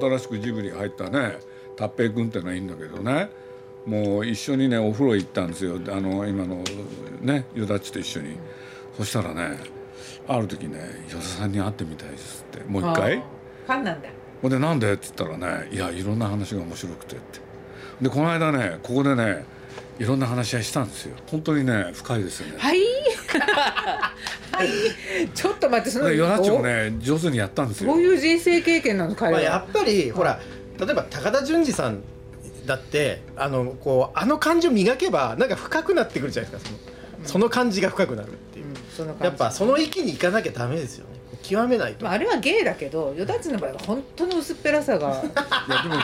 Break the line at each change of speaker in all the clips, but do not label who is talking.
新しくジブリ入ったね達平君ってのはいいんだけどねもう一緒にねお風呂行ったんですよあの今のねよだちと一緒にそしたらねある時ね「与田さんに会ってみたいです」って「もう一回?」
ファンなんだ
ほんで「なんで?」っつったらね「いやいろんな話が面白くて」ってでこの間ねここでねいろんな話し合いしたんですよ本当にね深いですよね
はいはいちょっと待ってその
で与那町ね上手にやったんです
ど
よ
ういう人生経験なの会
ま
話、
あ、やっぱりほら例えば高田純次さんだってあのこうあの感じを磨けばなんか深くなってくるじゃないですかそのその感じが深くなるっていう
う、んその感じ
やっぱその域に行かなきゃダメですよね極めないと、
まあ、あれはゲイだけどよだちの場合は本当の薄っぺらさが
いやでもね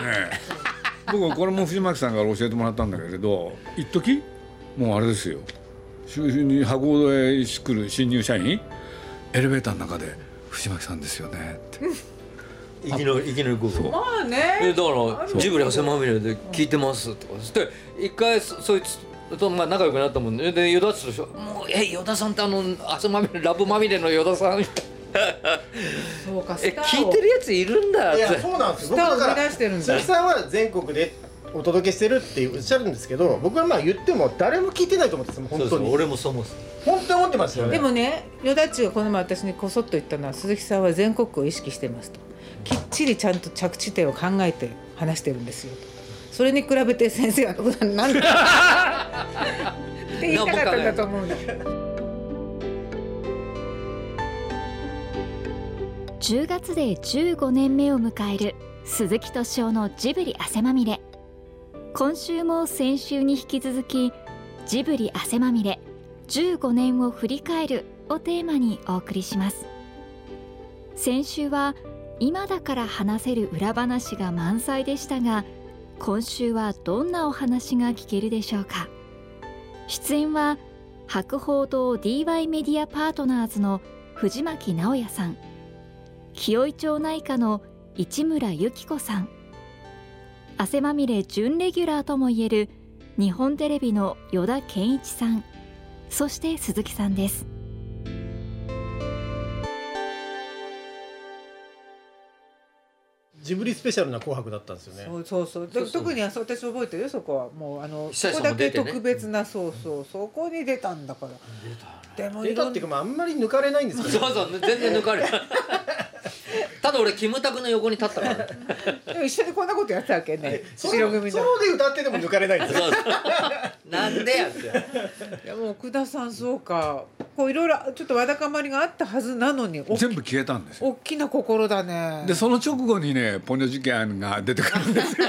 僕これも藤巻さんから教えてもらったんだけれど一時もうあれですよ周辺に箱へ来る新入社員エレベーターの中で「藤巻さんですよね」って
生きの生きのり高校
まあ
で
ね
だからジブリ汗まみれで聞いてますとかそして一回そそいつとまあ仲良くなったもんねで与田っつとしょもうえ与田さんってあの汗まみれラブまみれの与田さんみたいな
そうか
え
スター
聞
を
いてるやついるんだっ
い
て
やそうなんですよ
スターを
僕だ
生み
か
出してるん
ら
だ
鈴木さんは全国でお届けしてるっておっしゃるんですけど僕はまあ言っても誰も聞いてないと思ってます
そう
本
そ
当
う
に
俺もそう思う
本当に思ってますよね
でもねよだちがこの前私にこそっと言ったのは鈴木さんは全国区を意識してますときっちりちゃんと着地点を考えて話してるんですよとそれに比べて先生は普段なんだって言いたかったんだと思うんだ
10月で15年目を迎える鈴木敏夫のジブリ汗まみれ今週も先週に引き続きジブリ汗まみれ15年を振り返るをテーマにお送りします先週は今だから話せる裏話が満載でしたが今週はどんなお話が聞けるでしょうか出演は博報堂 DY メディアパートナーズの藤巻直也さん清井町内科の市村由紀子さん汗まみれ準レギュラーともいえる日本テレビの依田健一さんそして鈴木さんです
ジブリスペシャルな紅白だったんですよね
そうそうそう
そうそう
特にあそう私覚えてるよそこはもうあの、
被
そ
災
こ
者
だ
も
け
出てね
特別なそうそうそこに出たんだからでも
デー
い
タ
ろ
っ
ん
ていう
な
かまああんまり抜かれないんですけど
そうそう全然抜かれ ないただ俺キムタクの横に立ったからね
でも一緒にこんなことやってたわけね
そ
白組の
ソロで歌ってても抜かれないんですよ
そうそうなんでやって
いやもう奥田さんそうかこういろいろちょっとわだかまりがあったはずなのにお
全部消えたんですよ
大きな心だね
でその直後にねポニョ事件が出てくるんですよ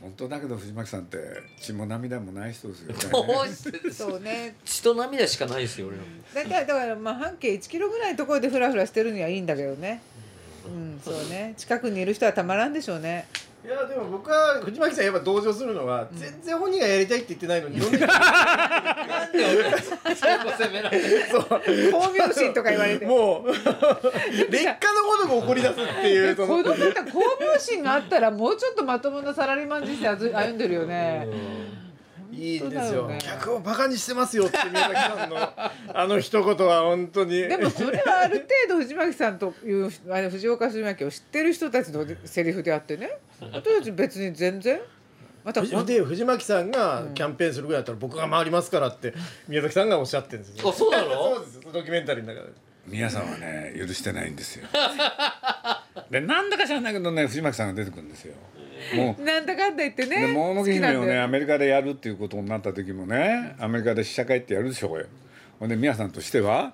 本当だけど藤巻さんって血も涙もない人ですよね
どうしてそう
そうね
血と涙しかないですよ俺は
だいたいだからまあ半径1キロぐらいのところでフラフラしてるにはいいんだけどねうんそうね近くにいる人はたまらんでしょうね
いやでも僕は藤巻さんやっぱ同情するのは全然本人がやりたいって言ってないのにいろんな人が
なんで俺はそこ責められる
光明心とか言われて
もう劣化のごとく怒り出すっていう
子
そ
供
の
って光明心があったらもうちょっとまともなサラリーマン人生歩んでるよね
いいんで
そう
す
だよ
よ
ね
客をバカにしてますよって宮崎さんのあの一言は本当に
でもそれはある程度藤巻さんというあの藤岡藤巻を知ってる人たちのセリフであってね私たち別に全然また
藤で藤巻さんがキャンペーンするぐらいだったら僕が回りますからって宮崎さんがおっしゃってるんですよ
あ そうなの
そうですよドキュメンタリーの中で
皆さんはね許してないんですよでなんだか知らないけどね藤巻さんが出てくるんですよもう
なんだかんだ言ってね
でもののけ姫を
好き
ね
な
ア
ん
メリカでやるっていうことになった時もねアメリカで試写会ってやるでしょこれほんで皆さんとしては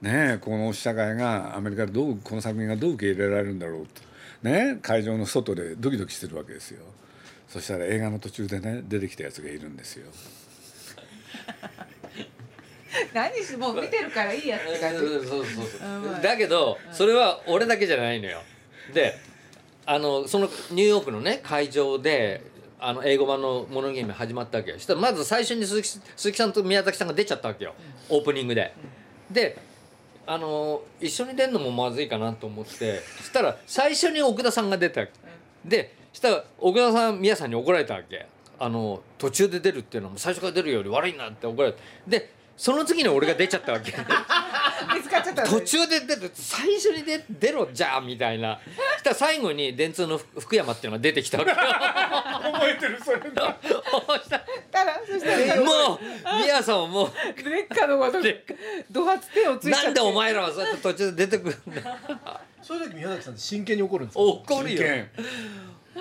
ねえこの試写会がアメリカでどうこの作品がどう受け入れられるんだろうとねえ会場の外でドキドキしてるわけですよそしたら映画の途中でね出てきたやつがいるんですよ
で何しもう見てるからいいやって感じ
そうそうそう
うまい
だけどそれは俺だけじゃないのよであのそのニューヨークのね会場であの英語版の「モノゲーム」始まったわけよそしたらまず最初に鈴木鈴木さんと宮崎さんが出ちゃったわけよオープニングでであの一緒に出るのもまずいかなと思ってそしたら最初に奥田さんが出たわけでそしたら奥田さん宮さんに怒られたわけあの途中で出るっていうのはもう最初から出るより悪いなって怒られてでその次に俺が出ちゃったわけ
見つかっちゃった
途中で出て最初に出出ろじゃあみたいなしたら最後に電通の福福山っていうのが出てきたわけよ
覚えてるそれだ
そしたら
たらそしたら
もう宮さんはもう
劣化のごとく怒発手をついちゃって
なんでお前らはそうやって途中で出てくるんだ
そういう時宮崎さんって真剣に怒るんですか
怒る
真
よ
剣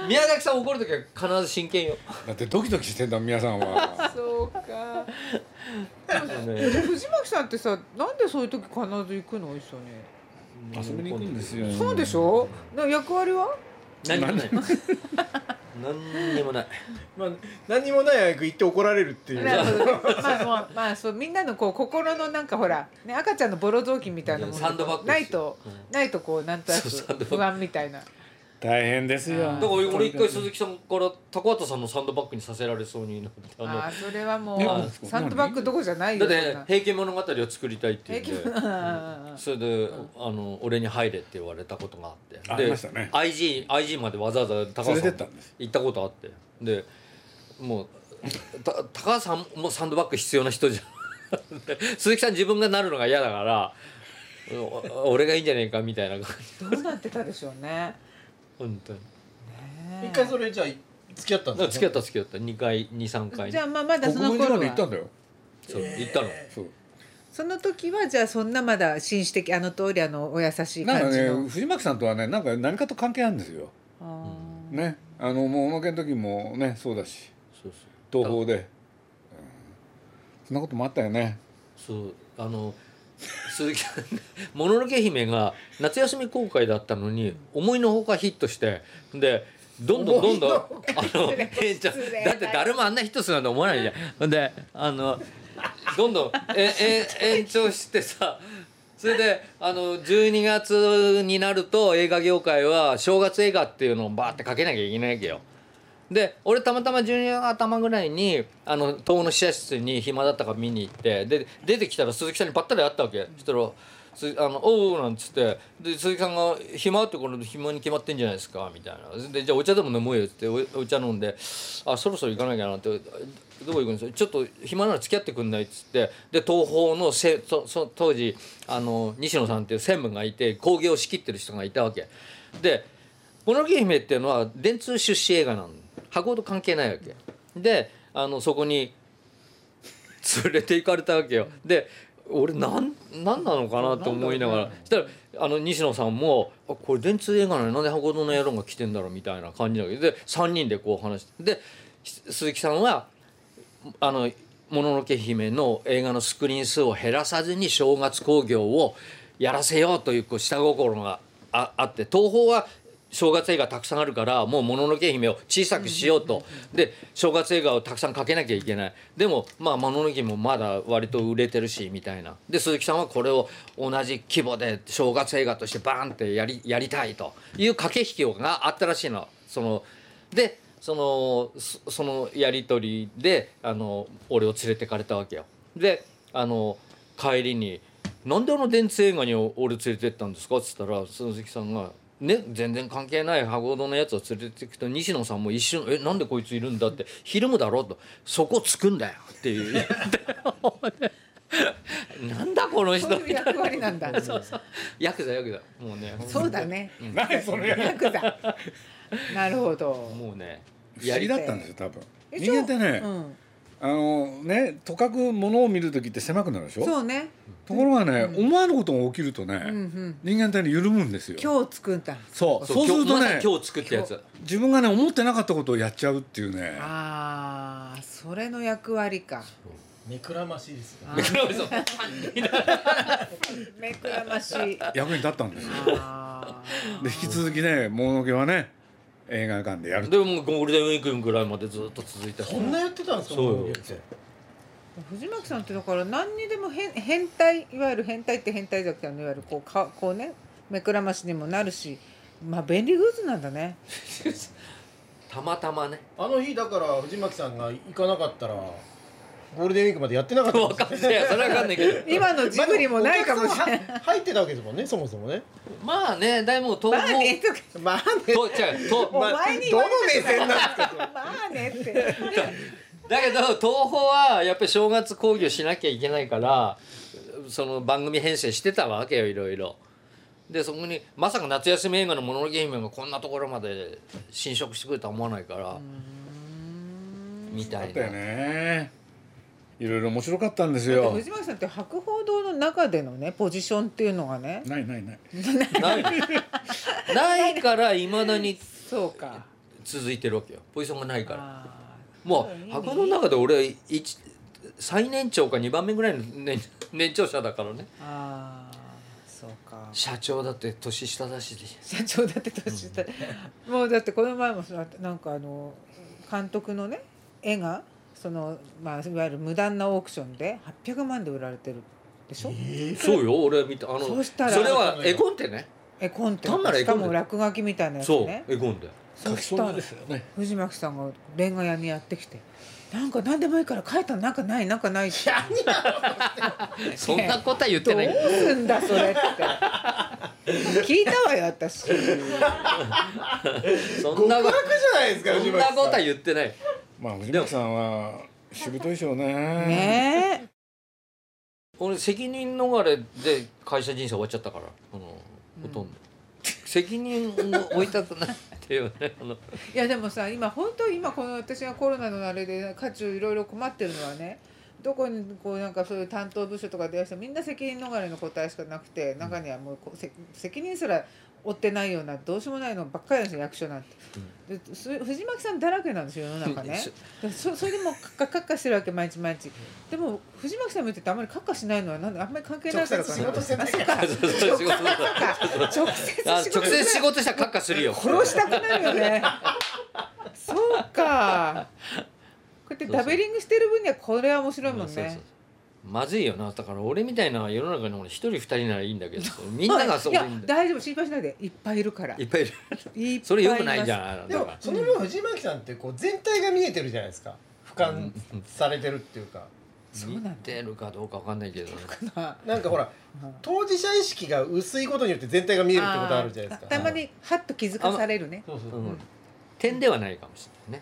宮崎さん怒る時は必ず真剣よ
だってドキドキしてんだ皆さん は
そうか藤巻さんってさなんでそういう時必ず行くの一緒に
遊びに行くんですよ
そうでしょな役割は
何にもない何にもない
まあ、何にもない役行って怒られるっていう
なるほどねまあまあまあそうみんなのこう心のなんかほらね赤ちゃんのボロ雑巾みたいなも
サンドバッグ
の
で
な
す
いとないとこうなんとなく
そうサンドバッグ
不安みたいな
大変ですよ
だから俺一回鈴木さんから高畑さんのサンドバッグにさせられそうになってあの
ああそれはも
えなんです
う
か
サンドバッグどこじゃない
だ
よ
っ
そん
て
な
「平家物語」を作りたいって言っ
平
て
気なうん
それであの俺に入れって言われたことがあって
あ
で
りましたね
IG, IG までわざわざ高
連
橋
れ
さ
て
ん
ったんです
行ったことあってでもうた高橋さんもサンドバッグ必要な人じゃんで鈴木さん自分がなるのが嫌だからお俺がいいんじゃねえかみたいな感じ
どうなってたでしょうね
本当に
ねえ
一回それじゃあ付き合ったん
だか
です
ら
か
付き合った付き合った2回23回
じゃあ
ね
まあまだ
国
その
分寺
頃
まで行ったん
は
だよ
そう行ったの
そう
その時はじゃあそんなまだ紳士的あの通りあのお優しい
なん
感
か
じ
ね
の
藤巻さんとはねなんか何かと関係あるんですよ
あー
ねあのもう小野家の時もねそうだし
そうそう
東宝で、うんそんなこともあったよね
そうあの鈴木さん「もののけ姫」が夏休み公開だったのに思いのほかヒットしてでどんどんどんどんあのえちゃんだって誰もあんなヒットするなんて思わないじゃん。であのどんどんええ延長してさそれであの12月になると映画業界は正月映画っていうのをバーってかけなきゃいけないわけよ。で俺たまたま12月頭ぐらいにあの東宝の試写室に暇だったから見に行ってで出てきたら鈴木さんにばったり会ったわけそしたら「すあのおう」なんつってで鈴木さんが「暇ってこれ暇に決まってんじゃないですか」みたいな「でじゃあお茶でも飲もうよ」っつっておお茶飲んで「あそろそろ行かなきゃな」って「どこ行くんですかちょっと暇なら付き合ってくんない」っつってで東宝のせそそ当時あの西野さんっていう専務がいて興行を仕切ってる人がいたわけで「もののけ姫」っていうのは電通出資映画なん箱と関係ないわけであのそこに 連れて行かれたわけよで俺なんなんなのかなと思いながらそしたらあの西野さんも「あこれ電通映画なのになんで箱戸の野郎が来てんだろう」みたいな感じなわけで3人でこう話してでし鈴木さんはあの「もののけ姫」の映画のスクリーン数を減らさずに正月興行をやらせようというこう下心がああって東宝は正月映画たくさんあるからもう「もののけ姫」を小さくしようとで正月映画をたくさんかけなきゃいけないでもまあ「もののけ姫」もまだ割と売れてるしみたいなで鈴木さんはこれを同じ規模で正月映画としてバーンってやりやりたいという駆け引きがあったらしいの。そのでそのそそのやり取りであの俺を連れてかれたわけよであの帰りに「なんであの電通映画に俺連れてったんですか?」っつったら鈴木さんが「ね全然関係ない箱戸のやつを連れてくと西野さんも一瞬「えなんでこいついるんだ?」って「ひるむだろ?」と「そこつくんだよ」って いう言って「なんだこの人
そう」いう役割なんだ
ヤクザヤクザもうね
そうだね
何それ
ヤクザなるほど
もうね
不思議だったんですよ多分
え
人間ってね、
うん
あのねとかくものを見る時って狭くなるでしょ
そうね
ところがね、思わぬことが起きるとね、
ん
人間ってね緩むんですよ
今日作った
そう
そ
そううすると
今日ま
ね
さに今日作ったやつ
自分がね思ってなかったことをやっちゃうっていうね
あーそれの役割か
目くらましいですね
あ
目
ー
黒さん
目くらましい
役に立ったんですよ
あ
で引き続きね「もののけ」はね映画館でやる
でもゴールデンウィークぐらいまでずっと続いたし
こんなやってたんですか
そうよ
森口って
ー藤巻さんってだから何にでも変変態いわゆる変態って変態じゃなくてあのいわゆるこうかこうね目くらましにもなるしまあ便利グッズなんだね
たまたまね
あの日だから藤巻さんが行かなかったらゴールデンウィークまでやってなかったん
分
です
かんないそれは分かんないけど
今のジブリもないかもしれない
い入ってたわけですもんねそもそもね
まあねだいぶともう
まあねとか
まあね
と違うと
お前に言われ
どの目線なんですか
まあねって
だけど東宝はやっぱり正月興行しなきゃいけないからその番組編成してたわけよいろいろでそこにまさか夏休み映画の「もののけ姫」がこんなところまで侵食してくるとは思わないからみた
あっ
い
た
な
よねいろいろ面白かったんです
だって
よ
藤巻さんって博報堂の中でのねポジションっていうのがね
ないないない
ないないからいまだに
そうか
続いてるわけよポジションがないから
あ
も
そうう
箱の中で俺は一最年長か2番目ぐらいの年年長者だからね
ーあーそうか
社長だって年下だし
社長だって年下、もうだってこの前もそのなんかあの監督のね絵がその、まあ、いわゆる無断なオークションで800万で売られてるでしょ、
そうよ俺見たあの
そうしたら
それは絵コンテね
絵コンテ
単なる絵
し
コン
か
テ
も落書きみたいなやつ
そう
ね
絵コンテ
そうしたら
よね
藤巻さんがレンガ屋にやってきて「なんか何でもいいから書いたのなんかないなんかない」って
そんなことは言っ
ど
て
う
ないけど
すんだそれって 聞いたわよ私
そんなこと
じゃないですか
そ
藤
ん
巻
な
さん
ことは言ってない
まあ藤巻さんはしぶといでしょうね
ねえ
俺責任逃れで会社人生終わっちゃったからあのほとんど、責任を負いたくないっていうねあの
いやでもさ今本当に今この私がコロナのあれで家中いろいろ困ってるのはねどこにこうなんかそういう担当部署とか出会う人みんな責任逃れの答えしかなくて中にはもうこうせ責任すら負ってないようなどうしようもないのばっかりなんですよ役所なんて、でそ藤巻さんだらけなんですよ世の中 ねでそそれでもうカッカッカッカしてるわけ毎日毎日でも藤巻さん見ててあんまりカッカしないのはなんであんまり関係ないから
直
かな
接仕事してないから
そうそうそう仕事だ
直接
あ
仕事
直接仕事したらカッカするよ
殺したくなるよねそうかこうやってダベリングしてる分にはこれは面白いもんね
そうそうそうまずいよなだから俺みたいな世の中に俺一人二人ならいいんだけどみんながそう
い
い
や
うんだよ
大丈夫心配しないでいっぱいいるから
いっぱいいる
いっぱ
それよく
ます
ないじゃん
で
だ
も
から
その分藤巻さんってこう全体が見えてるじゃないですか俯瞰されてるっていうか
そうな
見
んだ
てるかどうかわかんないけどね
なんかほら当事者意識が薄いことによって全体が見えるってことあるじゃないです
た
か
まにハッと気づかされるね
そうそう
う
そうん
点ではないかもしれないね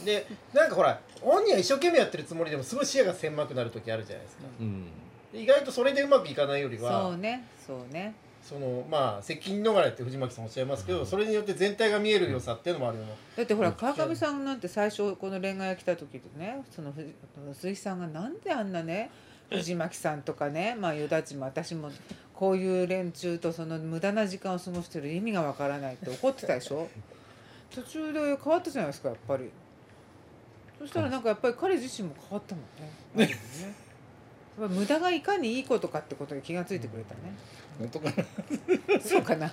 うんでなんかほら本人は一生懸命やってるつもりでもすごい視野が狭くなる時あるじゃないですか
うん
意外とそれでうまくいかないよりは
そうねそうね
そのまあ責任逃れって藤巻さんおっしゃいますけど、それによって全体が見える良さっていうのもあるよ、
だってほら川上さんなんて最初この恋愛来た時でねそのふ鈴木さんがなんであんなね藤巻さんとかねまあ与田ちも私もこういう連中とその無駄な時間を過ごしてる意味がわからないって怒ってたでし ょ途中で変わったじゃないですかやっぱりそしたらなんかやっぱり彼自身も変わったもんねねやっぱ無駄がいかにいいことかってことに気がついてくれた ね
本当かな
そうかな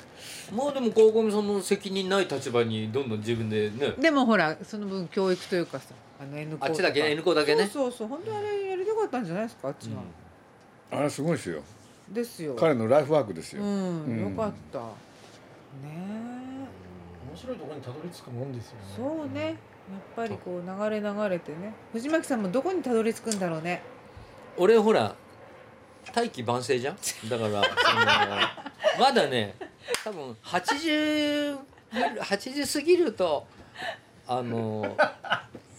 もうでも高校さんも責任ない立場にどんどん自分でね
でもほらその分教育というかさあの N 校
あっ
と
ち
か
だけね N 校だけね
そうそうそう本当にあれやりたかったんじゃないですかあっちが、
あれすごいですよ
ですよ
彼のライフワークです
う
よ、
ん、
うん
よかったね
面白いところにたどり着くもんですよね
えそうねやっぱりこう流れ流れてね藤巻さんもどこにたどり着くんだろう ね
俺ほら大器晩成じゃんだからそのまだね多分80ぐ80過ぎるとあの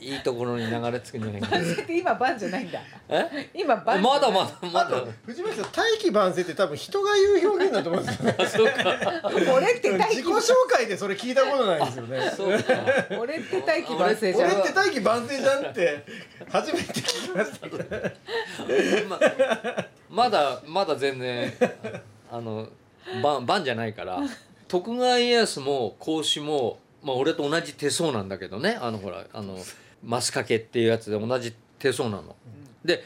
いいところに流れ着くんじゃないかな
今晩じゃないんだ
え
今晩じゃな
ま
い
だまだま
あと
だ
藤巻さん大器晩成って多分人が言う表現だと思うんですよ ね
俺って大
自己
器
紹介でそれ聞いたことないですよね
そうか
俺って大器晩成じ
俺
ゃん
って大器晩成じゃんって初めて聞きましたけど
ままだまだ全然あの番番じゃないから徳川家康も孔子も、まあ、俺と同じ手相なんだけどねあのほらあのマスカケっていうやつで同じ手相なの。で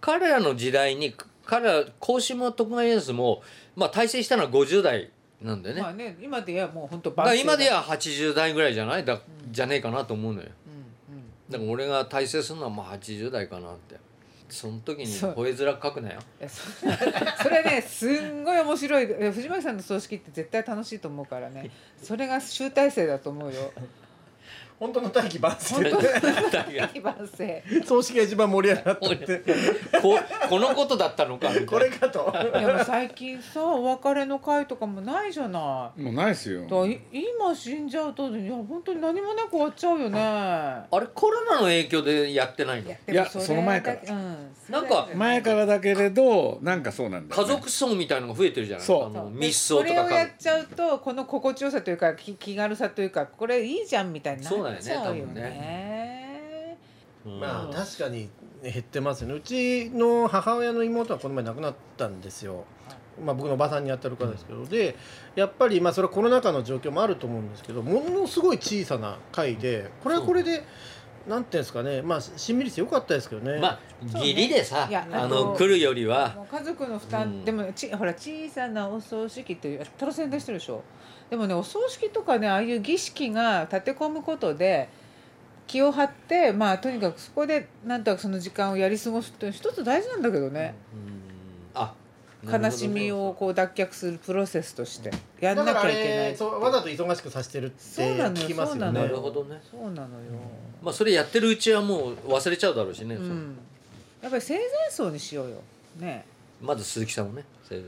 彼らの時代に彼ら孔子も徳川家康も、まあ、大成したのは50代なんだよね。
まあね今ではもう本当
だ
晩
から
成
今で
は、
は80代ぐらいじゃないだじゃねえかなと思うのよ。
うん
だから俺が大成するのはまあ80代かなって。その時に
そう
吠えづらく書くなよ。
うん、いやそそ れねすんごい面白いいや藤巻さんの葬式って絶対楽しいと思うからねそれが集大成だと思うよ
本当の大器晩成
本当
って
だから
大器晩完成
葬式が一番盛り上がったって
ここのことだったのかみたいな
これかと
でも最近さお別れの会とかもないじゃな
もうないですよ
いだからい今死んじゃうといや本当に何もなく終わっちゃうよね
あれコロナの影響でやってないの
いやその前から
うん
なんか
前からだけれどなんかそうなんだよ
家
ね、
族葬みたいのが増えてるじゃない
そう
あ
そ
の
う
密葬と
でこ
か
れを
か
やっちゃうとこの心地よさというかき気軽さというかこれいいじゃんみたいになっちゃうよ
そうだよ
ね
うん
まあ確かに減ってますねうちの母親の妹はこの前亡くなったんですよ、まあ、僕のおばさんにあたる方ですけどでやっぱりまあそれはコロナ禍の状況もあると思うんですけどものすごい小さな会でこれはこれでなんていうんですかねまあしんみりしてよかったですけどね、
まあ義理でさ、
いや
あ
あ
の
の
来るよりは
もう家族の負担、
うん
でもちほら小さなお葬式っていう当然でしてるでしょでもねお葬式とかねああいう儀式が立て込むことで気を張ってまあとにかくそこでなんとなくその時間をやり過ごすって一つ大事なんだけどね、
うんあ
悲しみをこう脱却するプロセスとしてやんな
だ
き
からあ
ゃいけな
れ
いそ
そうわざと忙しくさせてるって
そうなのよ
聞きます
そうな
よ
の
な
ね
る
よ
ほどね
うなのよ、
まあそれやってるうちはもう忘れちゃうだろうしね、
う
その
ん、やっぱり生前葬にしようよね、
まず鈴木さんをねそれで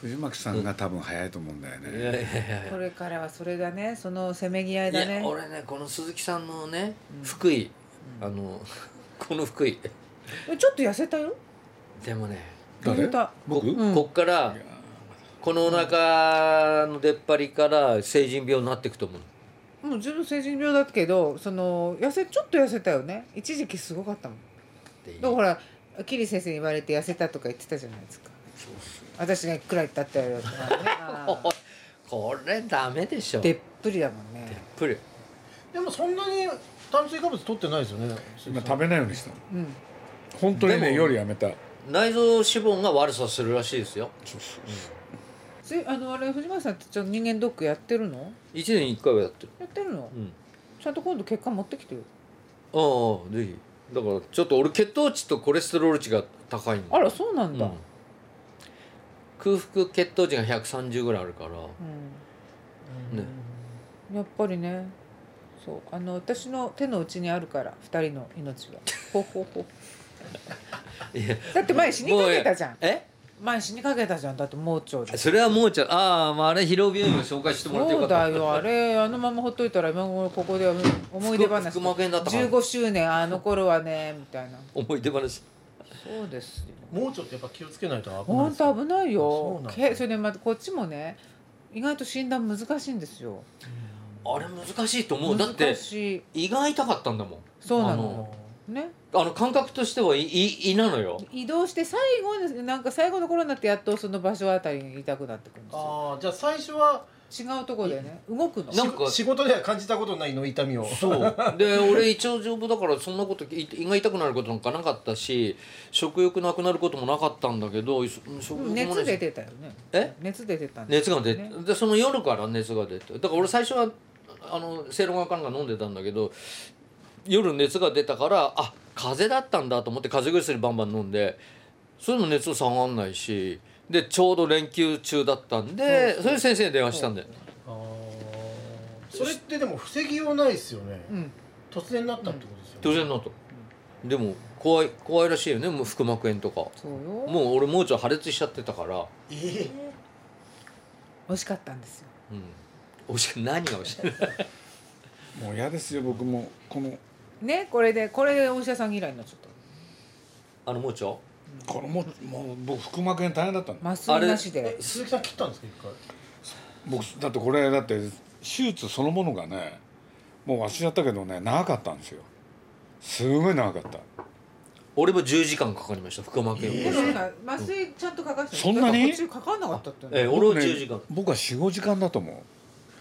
藤巻さんが多分早いと思うんだよ
いやいや
ね、
いやい
これからはそれだねそのせめぎ合いだ
や、
ね
いや俺ねこの鈴木さんのね
うん
福井、あの この福井
えちょっと痩せたよ
でもね
誰
痩せた
僕、
こ,、
うん
こっからこのお腹の出っ張りから成人病になっていくと思う
もう自分成人病だけどその痩せちょっと痩せたよね一時期すごかったもん
っていう
でもほらキリ先生に言われて痩せたとか言ってたじゃないですか私がいくら言ったって言われた からねあー
これダメでしょ
でっぷりだもんね
プル
でもそんなに炭水化物取ってないですよね
今食べないようにしたの
うん
本当に
で
ね
も
夜やめた
内臓脂肪が悪さするらしいですよ
つあのあれ藤丸さんってちょっと人間ドックやってるの
1年に1回はやってる
やってるの
うん
ちゃんと今度結果持ってきてよ
ああぜひだからちょっと俺血糖値とコレステロール値が高いんだ
あらそうなんだ、
うん空腹血糖値が130ぐらいあるから
うん
ね
うん、やっぱりねそうあの私の手の内にあるから二人の命はほうほうほう
いや
だって前死にかけたじゃん
え
前死にかけたじゃんだって盲腸で
それはもうちゃんああまああれ広尾病院を紹介してもらってよ
そ
か
う
った
だよあれあのままほっといたら今頃ここでは思い出話
腹膜炎だったから
15周年あの頃はねみたいな
思い出話
そうですよ
盲腸ってやっぱ気をつけないと危ない
本
ですよ
当危ない
そう
よ
なんだ
けそれでまたこっちもね意外と診断難しいんですよ
あれ難しいと思うだって
難しい
胃が痛かったんだもん
そうな
あ
のね
あの感覚としては胃胃胃なのよ
移動して最後ですなんか最後の頃になってやっとその場所あたりに痛くなってくるんですよ
ああじゃあ最初は
違うところでね動くの
なん
し
か
仕事では感じたことのない胃の痛みを
そうで俺一応丈夫だからそんなことい胃が痛くなることなんかなかったし食欲なくなることもなかったんだけどそ食欲もないし
熱出てたよね
え
熱出てたんだよ
熱が出て、
ね
でその夜から熱が出てだから俺最初はあのセイロンアカンが飲んでたんだけど夜熱が出たからあ風邪だったんだと思って風邪薬バンバン飲んでそれでも熱下がんないしでちょうど連休中だったんでそれで先生に電話したんだよ
あーそれってでも防ぎようないですよね、
うん
突然なったってことですよね、
当然なと、でも怖い怖いらしいよねもう腹膜炎とか。
そうよ
もう俺盲腸破裂しちゃってたから、
え
美味しかったんですよ
うん、おし何がおしい
もう嫌ですよ僕もこの
ねこれでこれでお医者さん嫌いになっちゃった
あの盲腸
このもうもう僕腹膜炎大変だったの
麻酔なし
ええ
で
鈴木さん切ったんですか一回
僕だってこれだって手術そのものがねもう忘れちゃったけどね長かったんですよすごい長かった
俺も10時間かかりました腹膜炎を起
で
こ
も
す、
なんか麻酔ちゃんとかかして
そんなに
こっちかかんなかったって
ええ
ね
俺は
僕ね
10時間
僕は45時間だと思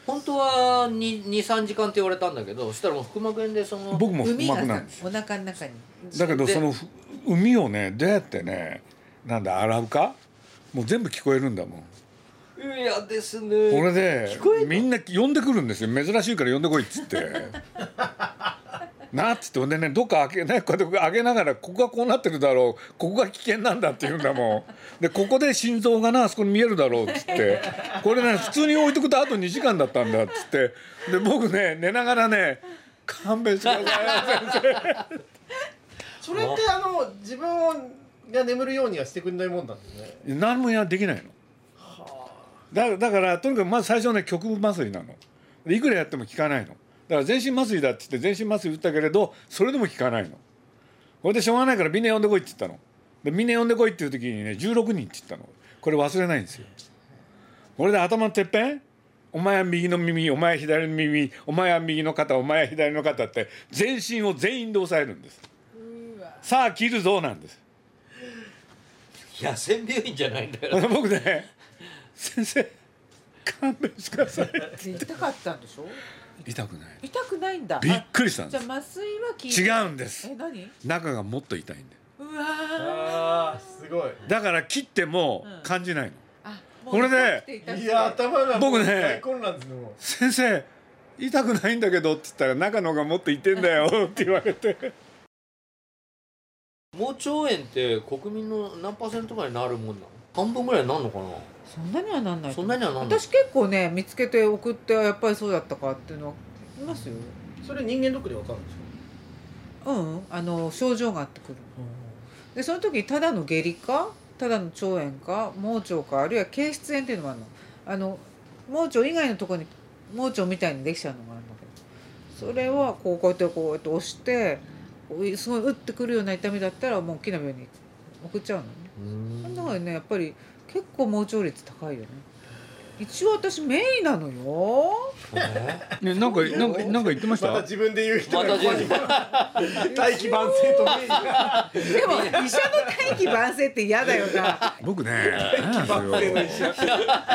本当は23時間って言われたんだけどそしたらもう腹膜炎でその
う僕も
海
腹膜な
がさ
んです
お腹の中に
だけど
で
そのふ海をねどうやってねなんだ洗うかもう全部聞こえるんだもん
いやですね
これで
こえんの
みんな呼んでくるんですよ珍しいから呼んでこいっつってなっつってほんでねどっか開けねこうやって開けながらここがこうなってるだろうここが危険なんだって言うんだもんでここで心臓がなあそこに見えるだろうっつってこれね普通に置いとくとあと2時間だったんだっつってで僕ね寝ながらね勘弁してください先
それってあの自分をが眠るようにはしてくれないもんなんですね
生何もやできないのだだからとにかくまず最初はね局部麻酔なのでいくらやっても効かないのだから全身麻酔だっつって全身麻酔打ったけれどそれでも効かないのこれでしょうがないからみんな呼んでこいって言ったのでみんな呼んでこいっていう時にね16人って言ったのこれ忘れないんですよこれで頭のてっぺんお前は右の耳お前は左の耳お前は右の肩お前は左の肩って全身を全員で押さえるんですさあ切るぞなんです
野戦病院じゃないん だから
僕ね先生勘弁してください
痛かったんでしょ
痛くない
痛くないんだ
びっくりしたんで
じゃあ麻酔は効い
す違うんです
え何
中がもっと痛いんで
うわ
ああすごい
だから切っても
うん
感じないの、
あ
これで
いや頭が
僕ね
大混乱ですねもう
先生痛くないんだけどって言ったら中のがもっと痛いんだ よって言われて
盲腸炎って国民の何パーセントぐらいになるもんなの半分ぐらいになるのかな
そんなにはなんない
そんなにはなんない
私結構ね見つけて送ってやっぱりそうだったかっていうのはいますよ
それ人間ドックでわかるんです
う
よ
んうんあの症状があってくるでその時ただの下痢かただの腸炎か盲腸かあるいは憩室炎っていうのもあるのあの盲腸以外のところに盲腸みたいにできちゃうのがあるんだけどそれはこうこうやってこうやって押してこうすごい打ってくるような痛みだったらもう大きな病院に送っちゃうのね
う
だ
ん
からねやっぱり結構盲腸率高いよね一応私メインなのよ
え
ねなんかなんかなんか言ってま
また自分で言う人
ま
が
た自分
大器晩成と名医が
でも医者の大器晩成って嫌だよな
僕ねなんなん
晩成の医
ですよ
者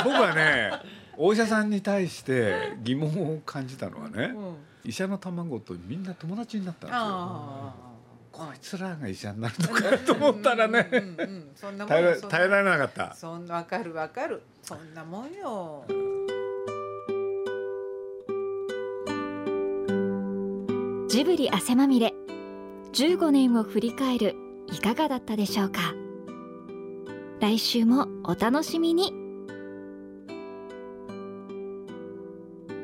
僕はねお医者さんに対して疑問を感じたのはね
うん
医者の卵とみんな友達になったんですよ
あ
こいつらが医者になるのかと思ったらね
うんうんうんそんなもん
耐え
よ
ら耐えられなかった
そんなわかるわかるそんなもんよ
ジブリ汗まみれ15年を振り返るいかがだったでしょうか来週もお楽しみに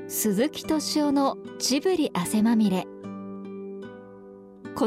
鈴木敏夫のジブリ汗まみれこ